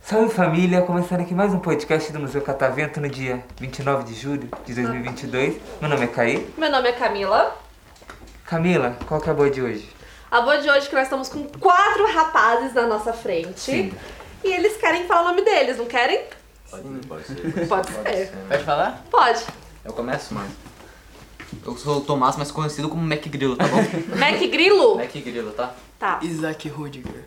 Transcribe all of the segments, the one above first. Salve família, começando aqui mais um podcast do Museu Catavento no dia 29 de julho de 2022. Meu nome é Caí. Meu nome é Camila. Camila, qual que é a boa de hoje? A boa de hoje é que nós estamos com quatro rapazes na nossa frente. Sim. E eles querem falar o nome deles, não querem? Pode ser. Pode ser. Pode falar? Pode. Eu começo, mano. Eu sou o Tomás, mas conhecido como Mac Grilo, tá bom? Mac Grilo. Mac Grilo, tá? Tá. Isaac Rudiger.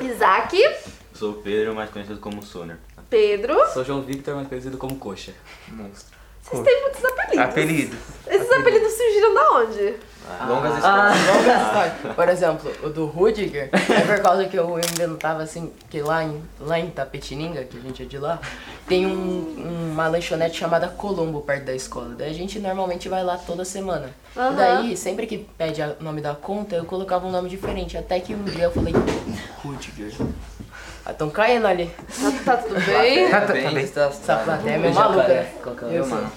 Isaac. Eu Sou o Pedro, mais conhecido como Soner. Pedro. Sou João Victor, mais conhecido como Coxa. Monstro. Vocês têm muitos apelidos. Apelidos. Esses apelidos surgiram da onde? Longas Ah, histórias. longa história. Por exemplo, o do Rudiger é por causa que eu ainda não tava assim, que lá em, lá em Tapetininga, que a gente é de lá, tem um- uma lanchonete chamada Colombo perto da escola. Daí a gente normalmente vai lá toda semana. Aham. Daí, sempre que pede a- o nome da conta, eu colocava um nome diferente. Até que um dia eu falei, Rudiger. Ah, tão caindo ali. Tá, tá tudo bem? Tá, tá, tá Bem bem. Essa desastrada. plateia é meio Eu já maluca, parei. né? Eu, mano.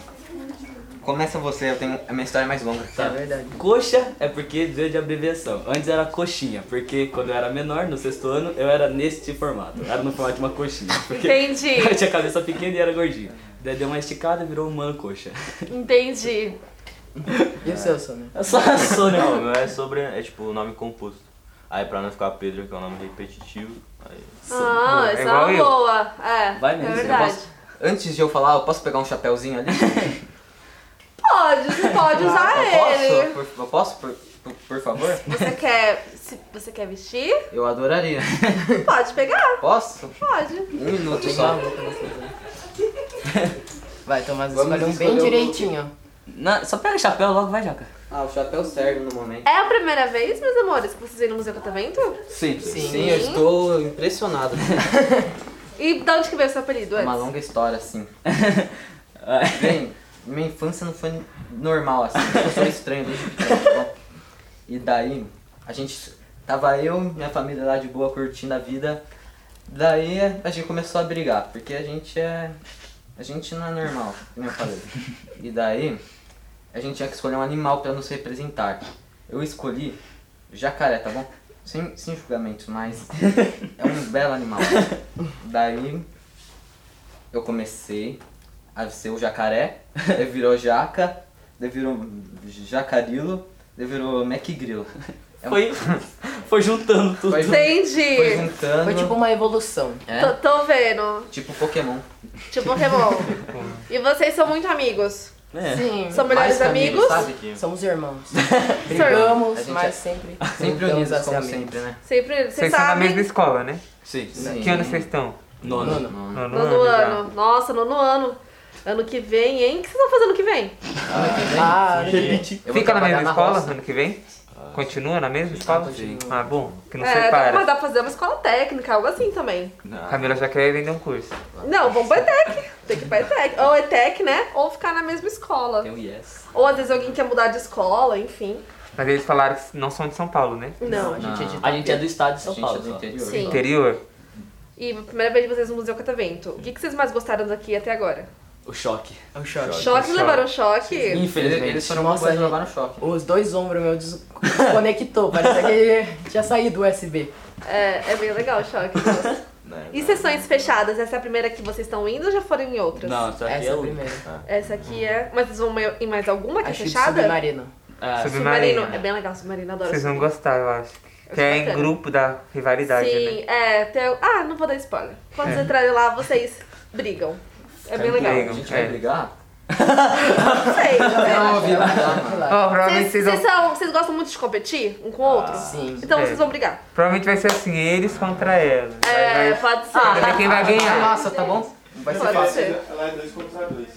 Começa você, eu tenho a minha história é mais longa. Então, É verdade. Coxa é porque deu de abreviação. Antes era coxinha, porque quando eu era menor, no sexto ano, eu era neste formato. Era no formato de uma coxinha. Porque Entendi. eu tinha cabeça pequena e era gordinho. Daí deu uma esticada e virou humano coxa. Entendi. E o seu, Sonia? É só a Sônia. Não, o meu é sobre. É tipo nome composto. Aí pra não ficar Pedro, que é um nome repetitivo. Aí. Ah, boa. essa é Igual uma eu. boa. É. Vai mesmo, É eu verdade. posso- Antes de eu falar, eu posso pegar um chapéuzinho ali? Pode, você pode usar eu posso? ele. Por, eu posso, por, por, por favor? Você quer. se você quer vestir? Eu adoraria. Pode pegar, Posso? pode. Um minuto Tem só. maluco nessa coisa. Vai, Tomás, Vamos escolhe um bem escolher um. direitinho. Na- só pega o chapéu logo, vai, Joca. Ah, o chapéu serve no momento. É a primeira vez, meus amores, que vocês vêm no Museu Catavento? Sim. Sim. Sim, eu estou impressionado. E de onde que veio seu apelido É uma antes? longa história, assim. Bem, minha infância não foi normal, assim. Eu sou estranho desde pequeno, tá bom? E daí, a gente. Tava eu e minha família lá de boa curtindo a vida. Daí a gente começou a brigar, porque a gente é. A gente não é normal, como eu falei. E daí, a gente tinha que escolher um animal pra nos representar. Eu escolhi jacaré, tá bom? Sem, sem julgamento, mas é um belo animal. Daí, eu comecei a ser o jacaré, daí virou jaca, daí virou jacarilo, daí virou macgrilo. É um- Foi, foi juntando tudo. Foi jun- foi Entendi. juntando. Foi tipo uma evolução. É, Tô, tô vendo. tipo Pokémon. Tipo Pokémon. E vocês são muito amigos. É. Sim. São melhores Mais que amigo, amigos. sabe? Que Somos irmãos. A Brigamos, gente mas é- sempre. Sempre tentamos unidos, a ser como amigos. sempre, né? Sempre. Vocês Vocês estão na mesma sabem. escola, né? Sim. Sim. Que ano vocês estão? Nono. Nono. Nono Nono já. ano. Nossa, nono ano. Ano que vem, hein? O que vocês vão fazer ano que vem? Ah, Eu vou Fica na trabalhar mesma escola roça. Tá, ano que vem? Continua na mesma escola? continua. Ah, bom, que não É, dá, mas separa. dá pra fazer uma escola técnica, algo assim também. Camila já quer vender um curso. Não, vamos pra ETEC. Tem que ir pra ETEC. Ou ETEC, né? Ou ficar na mesma escola. Tem um yes. Ou às vezes alguém quer mudar de escola, enfim. Mas eles falaram que não são de São Paulo, né? Não. A gente é de A gente é do estado A de São gente é Paulo. do só. interior. Sim. Interior? E a primeira vez de vocês no Museu Catavento. O que, que vocês mais gostaram daqui até agora? O choque. o choque. Choque, choque. levaram choque? Eles, Infelizmente. eles foram Nossa, Nossa, gente. levaram choque. Os dois ombros meu des- desconectou, parecia que tinha saído o USB. É, é bem legal o choque. gosto. Né, e né. sessões fechadas? Essa é a primeira que vocês estão indo ou já foram em outras? Não, só que Essa é é a o. primeira. Essa aqui é. Mas vocês vão mai- em mais alguma que Acho é que de fechada? submarino. Ah, Sobre- Submarino. Submarino. É bem legal, submarino, adoro. Vocês vão gostar, eu acho. Eu Que é em espero. grupo da rivalidade, né? É. Sim, é. Até... Ah, não vou dar spoiler. Quando vocês entrarem lá, vocês brigam. É bem legal. A Brigam. gente vai É. brigar? Não sei. Não, ouvi brigar, mano. Relaxa. Ó, provavelmente vocês Vocês, vão vocês são- vocês gostam muito de competir um com o outro? Ah, Sim. Então É. vocês vão brigar. Provavelmente vai ser assim, eles contra ela. É, Vai, vai- pode ser. Pra ver quem vai ganhar. Nossa, tá bom? Vai ser Pode fácil. ser. Ela é dois contra dois.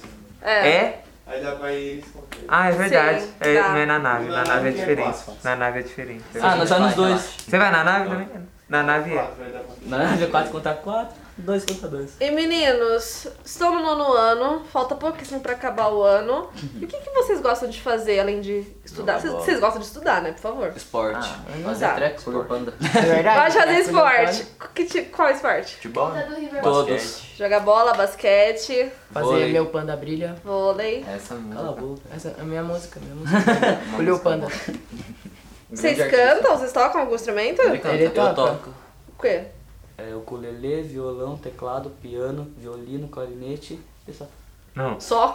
É. É? Aí dá pra ir eles contra eles. Ah, é verdade. Sim, é, tá. não é na nave. Na Na nave é nave tem diferente. quatro. Na nave é diferente. Ah, nós vamos nos Vai, dois. relaxa. Você vai na nave também? Na nave é. Quatro, aí dá pra- Na nave 4 contra 4. Dois contra dois. E meninos, estou no nono ano, falta pouquíssimo pra acabar o ano. E o que, que vocês gostam de fazer além de estudar? Jogar Vocês, bola. vocês gostam de estudar, né? Por favor. Esporte. Fazer dá. treco por panda. É verdade? Vai fazer Treco já pode. esporte. Que ti- qual é esporte? Futebol, né? Todos. Jogar bola, basquete, Fazer Vôlei. meu panda brilha. vôlei. Essa Cala a música. boca. Essa é a minha música, minha música. Uma Olhou o música panda. boa. Vocês Grande cantam? Vocês tocam algum instrumento? artista. Ele canta. Ele Eu toca. toco. O quê? É, ukulele, violão, teclado, piano, violino, clarinete e só. Não. Só.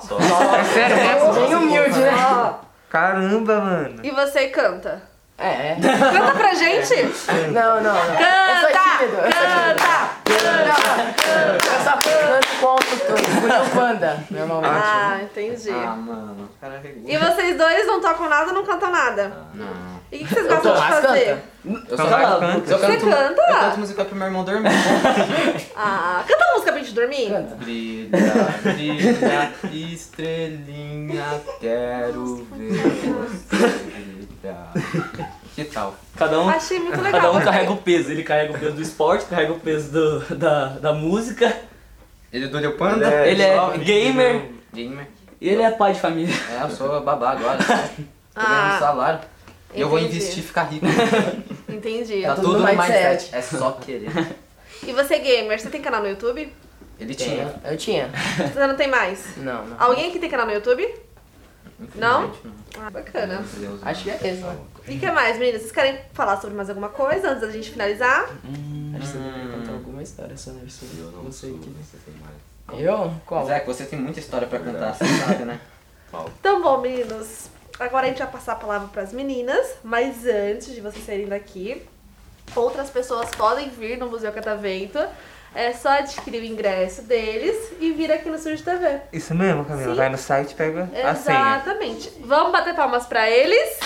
É sério mesmo? Bem humilde, né? Só. Caramba, mano. E você canta? É, é. Canta pra gente! Não, não, É não. Eu sou tímido. Canta! Eu sou tímido. Canta! Eu só canto conto tudo. Olhou o panda, normalmente. Ah, entendi. Ah, mano. O cara regou. E vocês dois não tocam nada, não cantam Ah. nada. Não. E o que vocês gostam de Tomás fazer? canta. Eu Só só vai canto. canto. Eu canto, Você canta? Eu canto música pro meu irmão dormir. Ah, canta uma música pra gente dormir? Canta. Brilha, brilha, estrelinha, quero ver você brilhar. Que tal? Cada um, Achei muito legal. cada um gostei. carrega o peso. Ele carrega o peso do esporte, carrega o peso do- da, da música. Ele do Olho Panda? Ele é jovem, gamer Gamer. e ele é pai de família. É, eu sou babá agora. Tô ganhando Ah. salário. E eu vou entendi. investir e ficar rico. Entendi. Tá tudo tudo no no mindset. É só querer. E você, gamer, você tem canal no YouTube? Ele tinha. Tinha. Eu tinha. Você não tem mais? Não, não. Alguém aqui tem canal no YouTube? Não? Infelizmente, não. Ah, bacana. Deus, Acho que é isso, né? E o que mais, meninas? Vocês querem falar sobre mais alguma coisa antes da gente finalizar? Acho que você deveria contar alguma história só né? Isso Eu não sei o que. Você tem mais. Eu? Qual? Mas é que você tem muita história pra contar, você sabe, né? Então, bom, meninos, agora a gente vai passar a palavra pras meninas, mas antes de vocês saírem daqui, outras pessoas podem vir no Museu Catavento. É só adquirir o ingresso deles e vir aqui no Surge TV. Isso mesmo, Camila. Sim. Vai no site e pega a senha. Exatamente. Vamos bater palmas pra eles.